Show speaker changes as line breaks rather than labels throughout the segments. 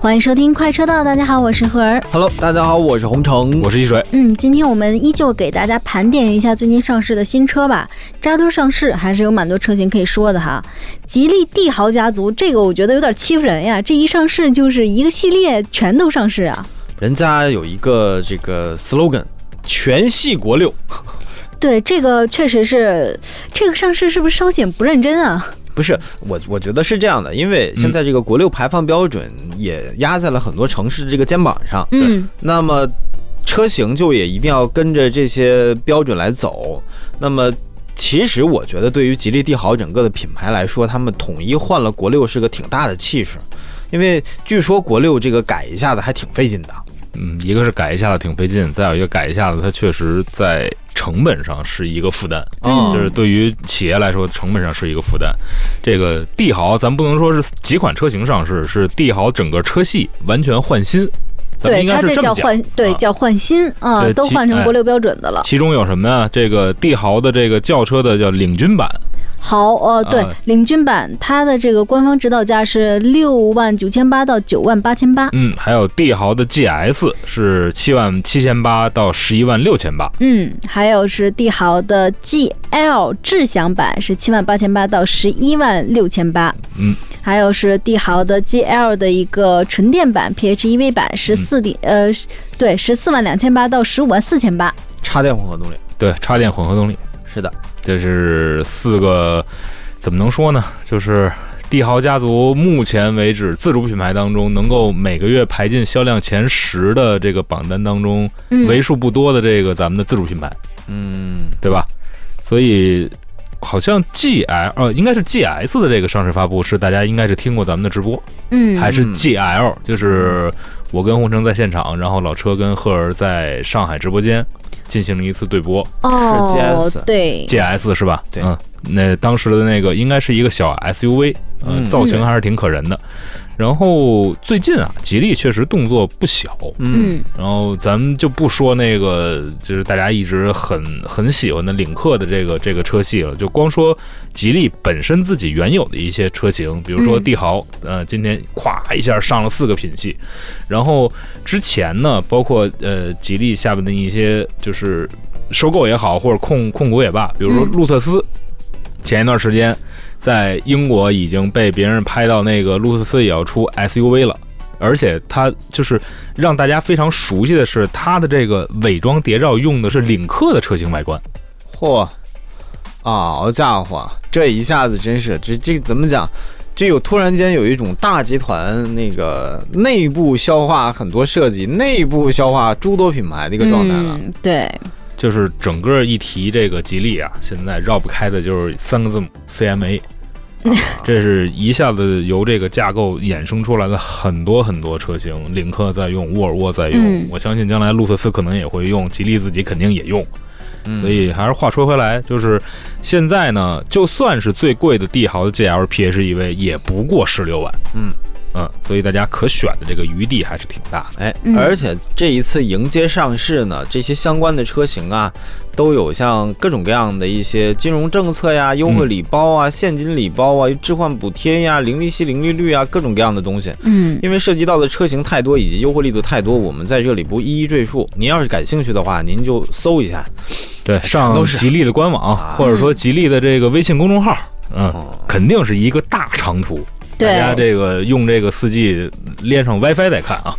欢迎收听快车道，大家好，我是何儿。
Hello，大家好，我是洪城，
我是一水，
嗯，今天我们依旧给大家盘点一下最近上市的新车吧。扎堆上市还是有蛮多车型可以说的哈。吉利帝豪家族这个我觉得有点欺负人呀，这一上市就是一个系列全都上市啊。
人家有一个这个 slogan，全系国六，
对，这个确实是，这个上市是不是稍显不认真啊？
不是我，我觉得是这样的，因为现在这个国六排放标准也压在了很多城市这个肩膀上，
嗯，
那么车型就也一定要跟着这些标准来走，那么。其实我觉得，对于吉利帝豪整个的品牌来说，他们统一换了国六是个挺大的气势，因为据说国六这个改一下子还挺费劲的。
嗯，一个是改一下子挺费劲，再有一个改一下子，它确实在成本上是一个负担，
嗯
就是对于企业来说，成本上是一个负担。这个帝豪，咱不能说是几款车型上市，是帝豪整个车系完全换新，咱们
对，
应该
它
是
这
这
叫
么讲。
换，对，
啊
叫换新啊，
对
都
其哎
换成国六标准的了。
其中有什么呀？这个帝豪的这个轿车的叫领军版，
好，呃，对
啊，
领军版它的这个官方指导价是六万九千八到九万八千八，
嗯，还有帝豪的 GS 是七万七千八到十一万六千八，
嗯，还有是帝豪的 GL 智享版是七万八千八到十一万六千八，
嗯，
还有是帝豪的 GL 的一个纯电版 PHEV 版
嗯
十四点、呃，对，十四万两千八到十五万四千八，
插电混合动力，
对，插电混合动力。
是的，
这是四个，怎么能说呢？就是帝豪家族目前为止自主品牌当中能够每个月排进销量前十的这个榜单当中，
嗯，
为数不多的这个咱们的自主品牌，
嗯，
对吧？所以好像 G L 呃，应该是 G S 的这个上市发布是大家应该是听过咱们的直播，
嗯，
还是 G L，就是我跟洪城在现场，然后老车跟赫尔在上海直播间进行了一次对播。
哦，
GS
对，
GS 是吧？
对
嗯，那当时的那个应该是一个小 SUV，呃
嗯
造型还是挺可人的。然后最近啊，吉利确实动作不小，
嗯，
嗯，
然后咱们就不说那个就是大家一直很很喜欢的领克的这个这个车系了，就光说吉利本身自己原有的一些车型，比如说
嗯
帝豪，呃，今天咵一下上了四个品系，然后之前呢，包括呃吉利下面的一些就是收购也好，或者控控股也罢，比如说
嗯
路特斯，前一段时间在英国已经被别人拍到那个路特斯也要出 SUV 了。而且它就是让大家非常熟悉的是，它的这个伪装谍照用的是领克的车型外观，
嚯，啊，好家伙，这一下子真是这这怎么讲？这有突然间有一种大集团那个内部消化很多设计，内部消化诸多品牌的一个状态了。
嗯，对，
就是整个一提这个吉利啊，现在绕不开的就是三个字母 CMA。这啊是一下子由这个架构衍生出来的很多很多车型，领克在用，沃尔沃在用，
嗯
我相信将来路特斯可能也会用，吉利自己肯定也用。
嗯
所以还是话说回来，就是现在呢，就算是最贵的帝豪的 GL PHEV E 也不过十六万，
嗯
嗯，所以大家可选的这个余地还是挺大的。
哎
嗯，
而且这一次迎接上市呢，这些相关的车型啊，都有像各种各样的一些金融政策呀、
嗯
优惠礼包啊、现金礼包啊、置换补贴呀、零利息、零利率啊，各种各样的东西。
嗯，
因为涉及到的车型太多以及优惠力度太多，我们在这里不一一赘述。您要是感兴趣的话，您就搜一下。
对，
哎都
上
是
吉利的官网，
啊
或者
嗯
说吉利的这个微信公众号，嗯，
哦
肯定是一个大长图。大
对
家。这个用这个四 G 连上 WiFi 再看啊，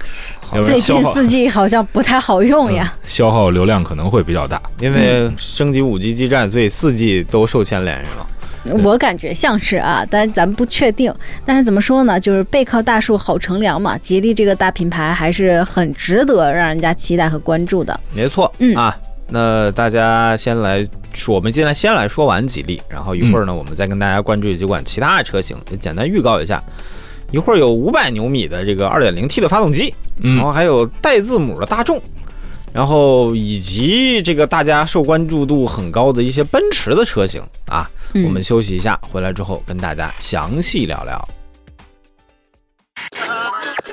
要不
最
然消
近
耗
四 G 好像不太好用呀。
消耗流量可能会比较大。
因为升级五 G 基站，所以四 G 都受牵连，是吧？
我感觉像是啊，但咱不确定。但是怎么说呢，就是背靠大树好乘凉嘛。吉利这个大品牌还是很值得让人家期待和关注的。
没错，
嗯
啊，那大家先来说，我们今天先来说完吉利，然后一会儿呢，我们再跟大家关注几款其他的车型，也简单预告一下。一会儿有五百牛米的这个二点零 T 的发动机，然后
嗯，
还有带字母的大众，然后以及这个大家受关注度很高的一些奔驰的车型啊。
嗯，
我们休息一下，回来之后跟大家详细聊聊。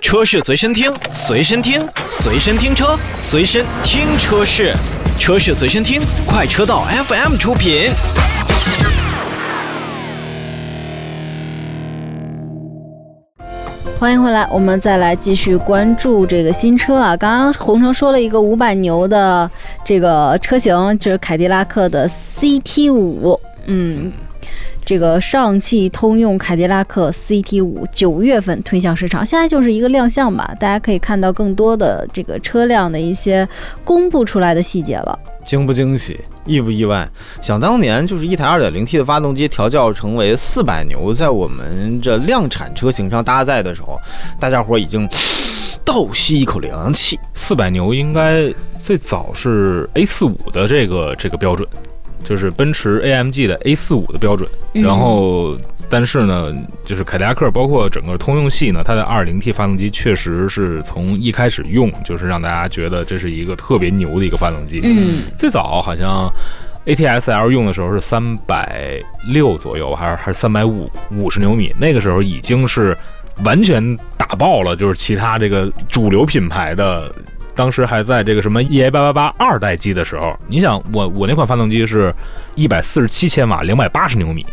车是随身听，随身听，随身听车，随身听车是，车是随身听，快车道 FM 出品。
欢迎回来，我们再来继续关注这个新车啊。刚刚红城说了一个五百牛的这个车型，这是凯迪拉克的 CT 五，嗯，这个上汽通用凯迪拉克 CT 五九月份推向市场，现在就是一个亮相吧，大家可以看到更多的这个车辆的一些公布出来的细节了。
惊不惊喜，意不意外？想当年，就是一台 2.0T 的发动机调教成为400牛，在我们这量产车型上搭载的时候，大家伙已经倒吸一口凉气。
四百牛应该最早是 A 四五的这个这个标准，就是奔驰 AMG 的 A 四五的标准。
嗯
然后，但是呢，就是凯迪拉克包括整个通用系呢，它的 2.0T 发动机确实是从一开始用，就是让大家觉得这是一个特别牛的一个发动机。，
嗯，
最早好像 ATS-L 用的时候是三百六左右，还是还是三百五五十牛米，那个时候已经是完全打爆了，就是其他这个主流品牌的。当时还在这个什么 EA 八八八二代机的时候，你想我我那款发动机是一百四十七千瓦，两百八十牛米，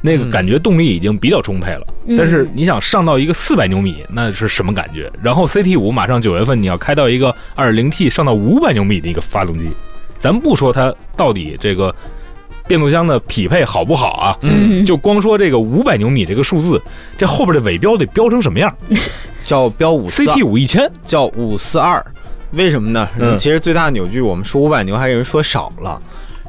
那个
嗯
感觉动力已经比较充沛了。
嗯
但是你想上到一个四百牛米，那是什么感觉？然后 CT 五马上九月份你要开到一个二零 T 上到五百牛米的一个发动机，咱不说它到底这个变速箱的匹配好不好啊，
嗯
就光说这个五百牛米这个数字，这后边的尾标得标成什么样
叫标五四
？CT 五一千，
叫五四二，为什么呢？
嗯
其实最大扭矩，我们说五百牛，还有人说少了，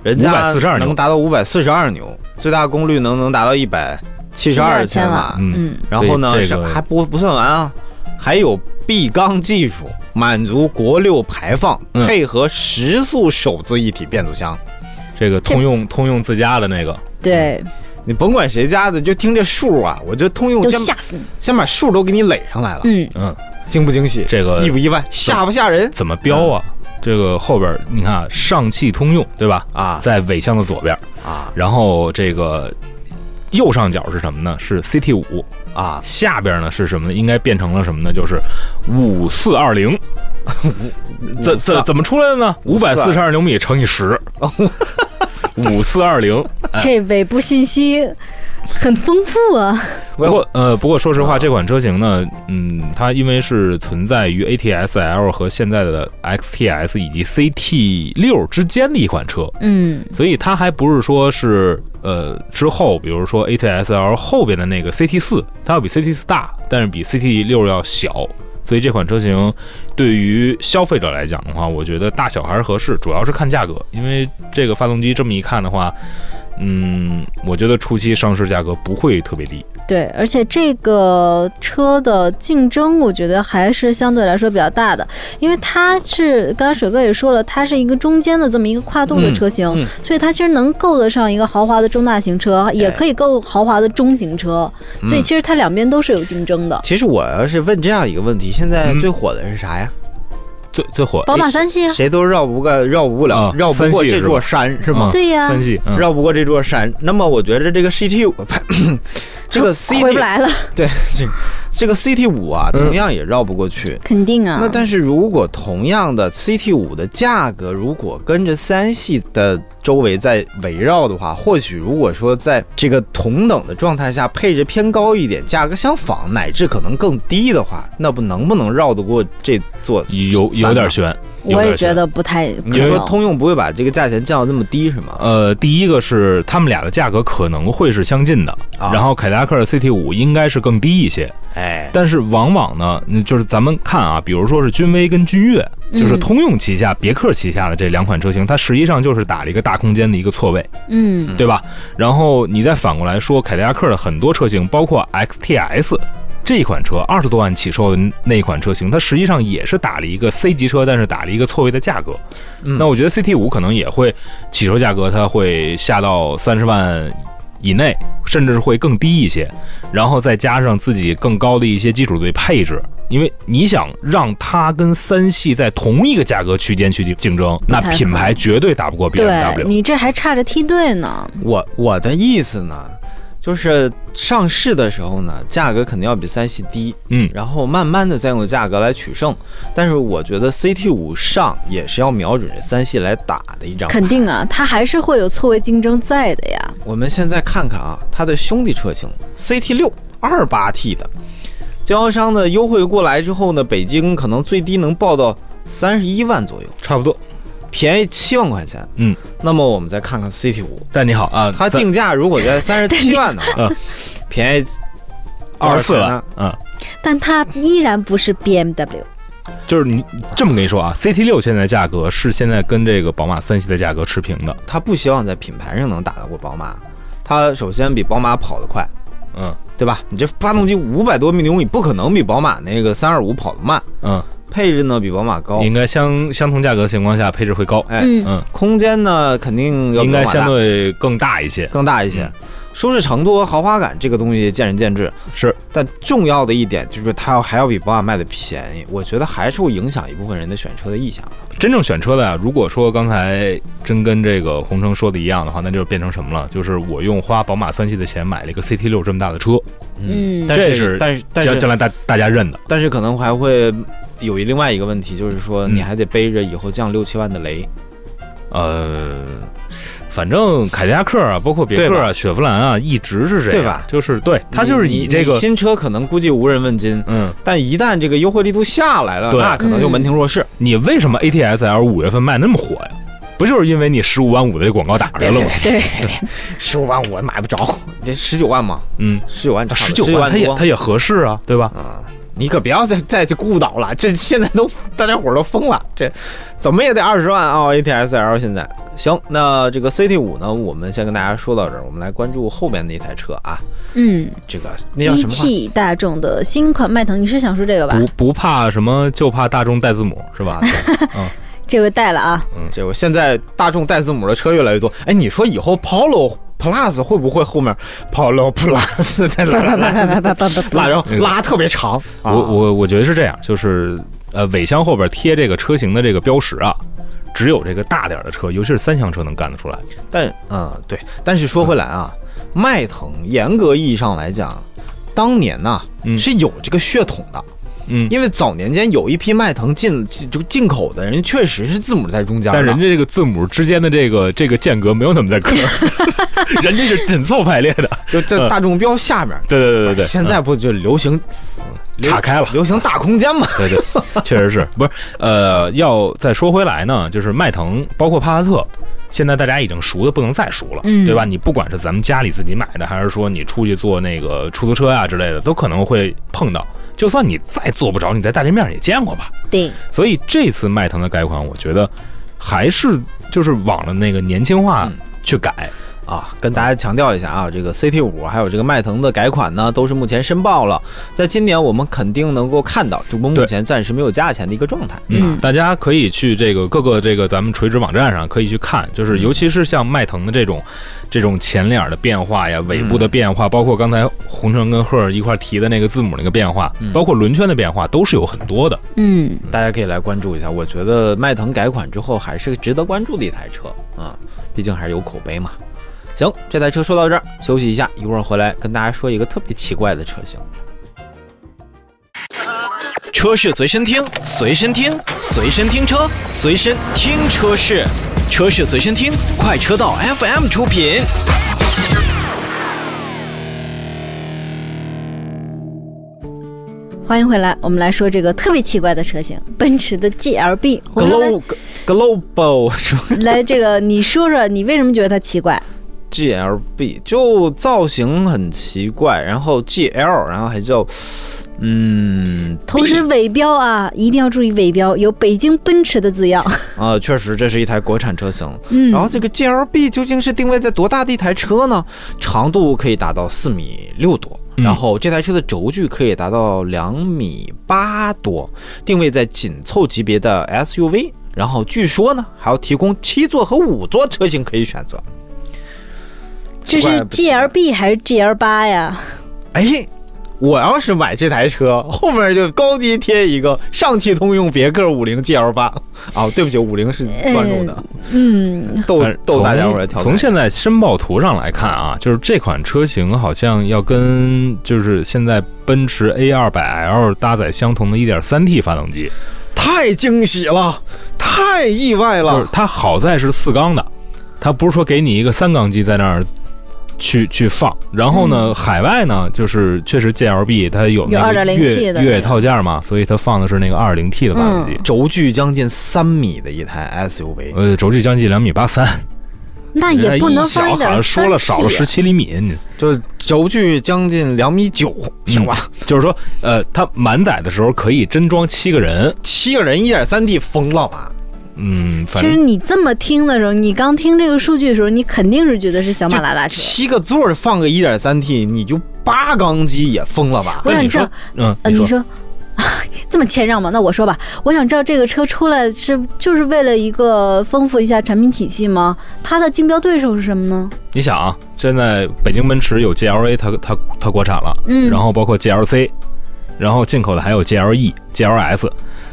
人家
542牛
能达到五百四十二牛，最大功率能能达到一百七十二千瓦。
嗯
嗯
然后呢，
对这
啥
个
还不不算完啊，还有闭缸技术，满足国六排放，
嗯
配合时速手自一体变速箱。
这个通用通用自家的那个，
对，
你甭管谁家的，就听这数啊，我这通用
就
先
吓死你，
先把数都给你垒上来了，
嗯，
嗯，
惊不惊喜？
这个
意不意外？吓不吓人
怎么标啊？这个后边你看啊上汽通用对吧？
啊
在尾箱的左边，
啊
然后这个右上角是什么呢？是 CT 五。
啊！
下边呢是什么呢？应该变成了什么呢？就是五四二零，怎怎怎么出来的呢？五百四十二牛米乘以十，五四二零。
这尾部信息很丰富啊，
不过呃，不过说实话，
啊
这款车型呢，嗯，它因为是存在于 ATS-L 和现在的 XTS 以及 CT 六之间的一款车，
嗯
所以它还不是说是呃之后，比如说 ATS-L 后边的那个 CT 四，它要比 CT 四大，但是比 CT 六要小。所以这款车型对于消费者来讲的话，我觉得大小还是合适，主要是看价格。因为这个发动机这么一看的话，嗯，我觉得初期上市价格不会特别低。
对，而且这个车的竞争，我觉得还是相对来说比较大的，因为它是刚才水哥也说了，它是一个中间的这么一个跨度的车型，
嗯嗯
所以它其实能够得上一个豪华的中大型车，也可以够豪华的中型车，
嗯
所以其实它两边都是有竞争的。
其实我要是问这样一个问题，现在
嗯
最火的是啥呀？
最最火
宝马三系啊，
谁都绕不过，绕不了
啊，
绕不过
三系
这
是吧
座山是吗？
对呀、
三系，嗯
绕不过这座山。那么我觉得这个 CT 五，呸这个
回不
CT
来了，
这个 CT 五啊，
嗯
同样也绕不过去。
肯定啊。
那但是如果同样的 CT 五的价格，如果跟着三系的周围在围绕的话，或许如果说在这个同等的状态下，配置偏高一点，价格相仿，乃至可能更低的话，那不能不能绕得过这座山
有有点
呢
悬，有
我也
点
觉
悬。
得不太可
你说
能。
通用不会把这个价钱降到那么低是吗？
呃，第一个是他们俩的价格可能会是相近的，
啊
然后凯迪拉克的 CT 五应该是更低一些，
哎，
但是往往呢，嗯就是咱们看啊，比如说是君威跟君越，就是
嗯
通用旗下、别克旗下的这两款车型，它实际上就是打了一个大空间的一个错位，
嗯
对吧？然后你再反过来说，凯迪拉克的很多车型，包括 XTS。这一款车二十多万起售的那一款车型，它实际上也是打了一个 C 级车，但是打了一个错位的价格。
嗯
那我觉得 CT 五可能也会起售价格，它会下到三十万以内，甚至会更低一些。然后再加上自己更高的一些基础的配置，因为你想让它跟三系在同一个价格区间去竞争，那
太可能
品牌绝对打不过
对
BMW。
你这还差着梯队呢。
我我的意思呢，就是上市的时候呢，价格肯定要比三系低，
嗯
然后慢慢的再用价格来取胜。但是我觉得 CT 五上也是要瞄准这三系来打的一张。
肯定。啊，它还是会有错位竞争在的呀。
我们现在看看啊，它的兄弟车型 CT 六二八 T 的，经销商呢优惠过来之后呢，北京可能最低能报到三十一万左右，
差不多。
便宜七万块钱。
嗯，
那么我们再看看 CT 五，
但你好啊，
它
咱
定价如果在三十七万的话
嗯，
便宜
二十四
多少钱
万
呢，
嗯，
但它依然不是 BMW，
就是你这么跟你说啊，CT 六现在价格是现在跟这个宝马三系的价格持平的，
他不希望在品牌上能打得过宝马，他首先比宝马跑得快，
嗯
对吧？你这发动机五百多牛米，不可能比宝马那个三二五跑得慢，
嗯，
配置呢比宝马高，
应该相相同价格的情况下配置会高，
哎，
嗯，
嗯，
空间呢肯定要比
应
宝
该
马
相
大，
对更大一些，
更大一些。
嗯
舒适程度和豪华感这个东西见仁见智，
是
但重要的一点就是它要还要比宝马卖的便宜，我觉得还是会影响一部分人的选车的意向。
真正选车的啊，如果说刚才真跟这个洪城说的一样的话，那就变成什么了？就是我用花宝马三系的钱买了一个 CT 六这么大的车，
嗯
但
这是
但是但
将
是
将来大大家认的。
但是可能还会有一另外一个问题，就是说你
嗯
还得背着以后降六七万的雷。
呃，反正凯迪拉克啊，包括别
对
克啊、
吧
雪佛兰啊，一直是这样，
对吧
就是对，它就是
你
以这
你
个
新车可能估计无人问津，
嗯，
但一旦这个优惠力度下来了，
对
那可能就门庭若市。
你为什么 ATS L 五月份卖那么火呀？不就是因为你十五万五的这广告打出来了吗？
对，
十五、万我买不着，这十九万嘛，
嗯，
十九万差
十
不
九
多，19
万它也
多
它。也合适啊，对吧？
嗯，你可不要再再去孤岛了，这现在都大家伙儿都疯了，这怎么也得二十万啊、a t s l 现在行，那这个 CT 五呢，我们先跟大家说到这儿，我们来关注后边那台车啊，
嗯，
这个那叫
一
什么话题？
汽大众的新款迈腾，你是想说这个吧
嗯
不？不怕什么，就怕大众带字母是吧？
这个带了啊，
这我现在大众带字母的车越来越多，哎，你说以后 Polo Plus 会不会后面 Polo Plus 再
叭
拉
叭
拉
叭
拉
叭叭叭叭
拉，
叭，
然后拉特别长？ 啊
我我我觉得是这样，就是呃，尾箱后边贴这个车型的这个标识啊，只有这个大点儿的车，尤其是三厢车能干得出来。
但嗯对，但是说回来啊，迈腾严格意义上来讲，当年呐、
嗯
是有这个血统的，
嗯，
因为早年间有一批迈腾进进就进口的人，确实是字母在中间的，
但人家这个字母之间的这个这个间隔 没有那么大个儿，人家是紧凑排列的。
就在
嗯
大众标下面。
对对对对对，嗯
现在不就流行流
岔开了。
流行大空间嘛？
对对，确实是不是？呃，要再说回来呢，就是迈腾，包括帕萨特，现在大家已经熟的不能再熟了，
嗯
对吧？你不管是咱们家里自己买的，还是说你出去坐那个出租车呀、之类的，都可能会碰到。就算你再坐不着，你在大街面上也见过吧？
对，
所以这次迈腾的改款，我觉得还是就是往了那个年轻化
嗯
去改。
啊，跟大家强调一下啊，这个 CT 五还有这个迈腾的改款呢，都是目前申报了，在今年我们肯定能够看到，只不过目
对
前暂时没有价钱的一个状态。
嗯
啊大家可以去这个各个这个咱们垂直网站上可以去看，
嗯
就是尤其是像迈腾的这种这种前脸的变化
嗯
呀、尾部的变化，包括刚才红城跟赫尔一块儿提的那个字母那个变化，
嗯
包括轮圈的变化，都是有很多的。
嗯，
大家可以来关注一下，我觉得迈腾改款之后还是值得关注的一台车啊，毕竟还是有口碑嘛。行，这台车说到这儿，休息一下，一会儿回来跟大家说一个特别奇怪的车型。
车是随身听，随身听，随身听车，随身听车是，车是随身听，快车道 FM 出品。
欢迎回来，我们来说这个特别奇怪的车型，奔驰的 GLB。我们来
Glo Global 是吧
来这个，你说说你为什么觉得它奇怪？
GLB 就造型很奇怪，然后 GL，然后还叫嗯，
同时尾标啊，一定要注意尾标，啊有北京奔驰的字样。
啊、确实这是一台国产车型。
嗯，
然后这个 GLB 究竟是定位在多大的一台车呢？长度可以达到四米六多，
嗯
然后这台车的轴距可以达到两米八多，定位在紧凑级别的 SUV。然后据说呢，还要提供七座和五座车型可以选择。
这是
奇怪不奇怪
GLB 还是 GL 八呀？
哎，我要是买这台车，后面就高低贴一个上汽通用别克五菱 GL 八。 啊，对不起，五菱是关注的，
嗯，
逗
但是
逗大家
呃从
伙儿来调侃。
从现在申报图上来看啊，就是这款车型好像要跟就是现在奔驰 A 2 0 0 L 搭载相同的 1.3T 发动机，
太惊喜了，太意外
就是
啊
了。
它好在是四缸的，它不是说给你一个三缸机在那儿。去去放，然后呢，海外呢，就是确实 GLB 它有那
嗯有
个
2.0T
越
的那个
越野套件嘛，所以它放的是那个 2.0T 的发动机，
轴距将近三米的一台 SUV，
呃，轴距将近两米八三，
嗯那也不能放
小
一
好像
点啊
说了少了十七厘米，你
就是轴距将近两米九，行吧？
就是说，呃，它满载的时候可以真装七个人，
七个人一点三 T 疯了吧？
嗯，
其
反
实
正
你这么听的时候，你刚听这个数据的时候，你肯定是觉得是小马拉拉车。
七个座儿放个一点三 T，你就八缸机也疯了吧？
我想知道，
嗯，
呃，
你
你
说，
说、 这么谦让吗？那我说吧，我想知道这个车出来是就是为了一个丰富一下产品体系吗？它的竞标对手是什么呢？
你想啊，现在北京奔驰有 GLA，它它它国产了，
嗯
然后包括 GLC，然后进口的还有 E GLE、GLS，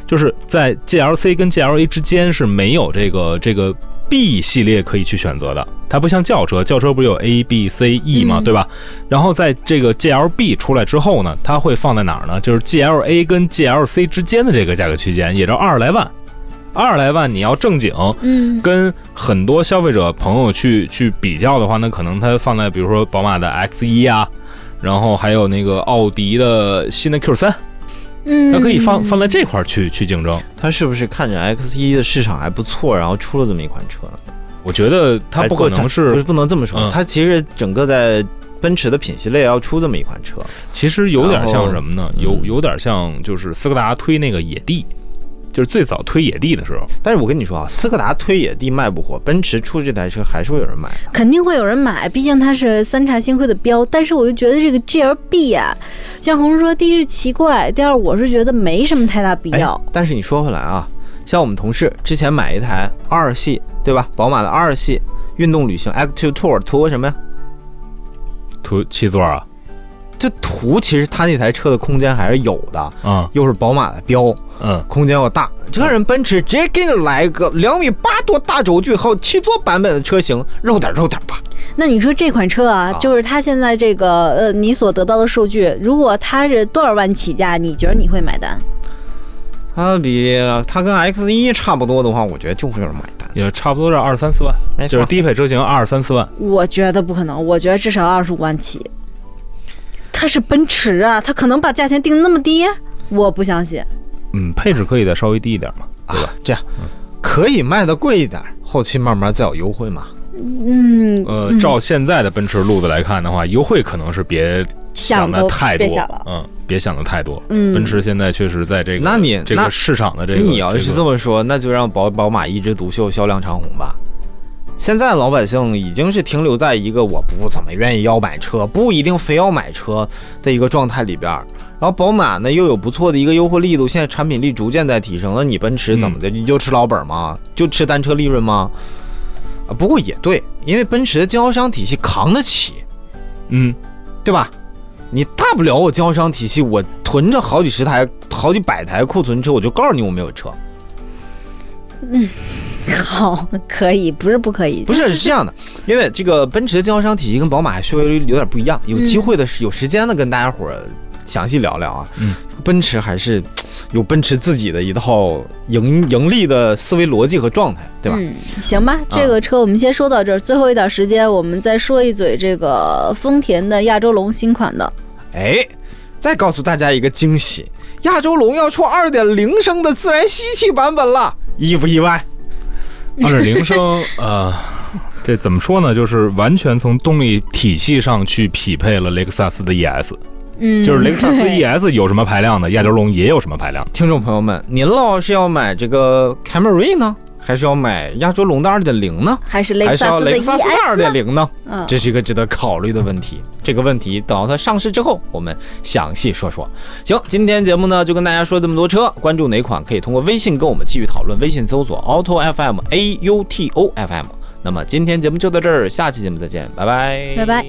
就是在 GLC 跟 GLA 之间是没有这个这个 B 系列可以去选择的，它不像轿车，轿车不是有 A、B、C、E 嘛，
嗯
对吧？然后在这个 GLB 出来之后呢，它会放在哪儿呢？就是 GLA 跟 GLC 之间的这个价格区间，也就二十来万，二十来万你要正经。
嗯
跟很多消费者朋友去去比较的话，那可能它放在比如说宝马的 X 1啊，然后还有那个奥迪的新的 Q 3
嗯，
它可以放放在这块儿去去竞争。
他是不是看着 X 一的市场还不错，然后出了这么一款车？
我觉得它不可能
哎不
是，
不能这么说
嗯，
它其实整个在奔驰的品系类要出这么一款车，
其实有点
然
像
后
什么呢？有
嗯
有点像就是斯柯达推那个野地，就是最早推野地的时候，
但是我跟你说啊，斯柯达推野地卖不火，奔驰出这台车还是会有人买的。
肯定会有人买，毕竟它是三叉星辉的标。但是我就觉得这个 GLB 啊，像红叔说，第一是奇怪，第二我是觉得没什么太大必
哦
要。
哎但是你说回来啊，像我们同事之前买一台二系，对吧？宝马的二系运动旅行 Active Tour 图什么呀？
图七座啊
这图其实它那台车的空间还是有的，
啊
又是宝马的标，
嗯，
空间又大。这人奔驰直接给你来个两米八多大轴距，还有七座版本的车型，肉点儿肉点儿吧。
那你说这款车啊，
啊
就是它现在这个呃，你所得到的数据，如果它是多少万起价，你觉得你会买单？
它比它跟 X 一差不多的话，我觉得就会有人买单。
也差不多是二三四万，
没
就是低配车型二三四万。
我觉得不可能，我觉得至少二十五万起。它是奔驰啊，它可能把价钱定那么低？啊我不相信。
嗯，配置可以再稍微低一点嘛。
对吧？这样可以卖的贵一点，后期慢慢再有优惠嘛。
嗯，
呃
嗯，
照现在的奔驰路子来看的话，优惠可能是别想的
都
太多，
别想了。
嗯，别想的太多。
嗯，
奔驰现在确实在这个，
那你
这个
那
市场的这个，
你要是这
么
么说，那就让宝宝马一枝独秀，销量长虹吧。现在老百姓已经是停留在一个我不怎么愿意要买车，不一定非要买车的一个状态里边儿。然后宝马呢又有不错的一个优惠力度，现在产品力逐渐在提升。那你奔驰怎么
嗯
的？你就吃老本吗？就吃单车利润吗？啊，不过也对，因为奔驰的经销商体系扛得起，
嗯，
对吧？你大不了我经销商体系，我囤着好几十台、好几百台库存车，我就告诉你我没有车。
好，可以，不是不可以，
不
就是
是这样的，因为这个奔驰的经销商体系跟宝马还稍微有点不一样。有机会的是，有时间的跟大家伙儿详细聊聊啊。
嗯，
奔驰还是嘖有奔驰自己的一套盈盈利的思维逻辑和状态，对吧？啊
嗯，行吧，这个车我们先说到这儿，最后一点时间我们再说一嘴这个丰田的亚洲龙新款的，
哎，再告诉大家一个惊喜，亚洲龙要出2.0升的自然吸气版本了，意不意外？
二点零升，呃，这怎么说呢？就是完全从动力体系上去匹配了雷克萨斯的 ES，
嗯，
就是雷克 萨斯
E
对
啊
ES 有什么排量的，亚洲龙也有什么排量的。
听众朋友们，您老是要买这个凯美瑞呢，还是要买亚洲龙的2.0呢？
还是雷
还
克
是
萨
要
斯的
雷克萨斯的
ES，
2.0呢？
嗯，
这是一个值得考虑的问题。这个问题等到它上市之后，我们详细说说。行，今天节目呢就跟大家说这么多车，关注哪款可以通过微信跟我们继续讨论，微信搜索 auto fm a u t o f m。那么今天节目就到这儿，下期节目再见，拜拜，
拜拜。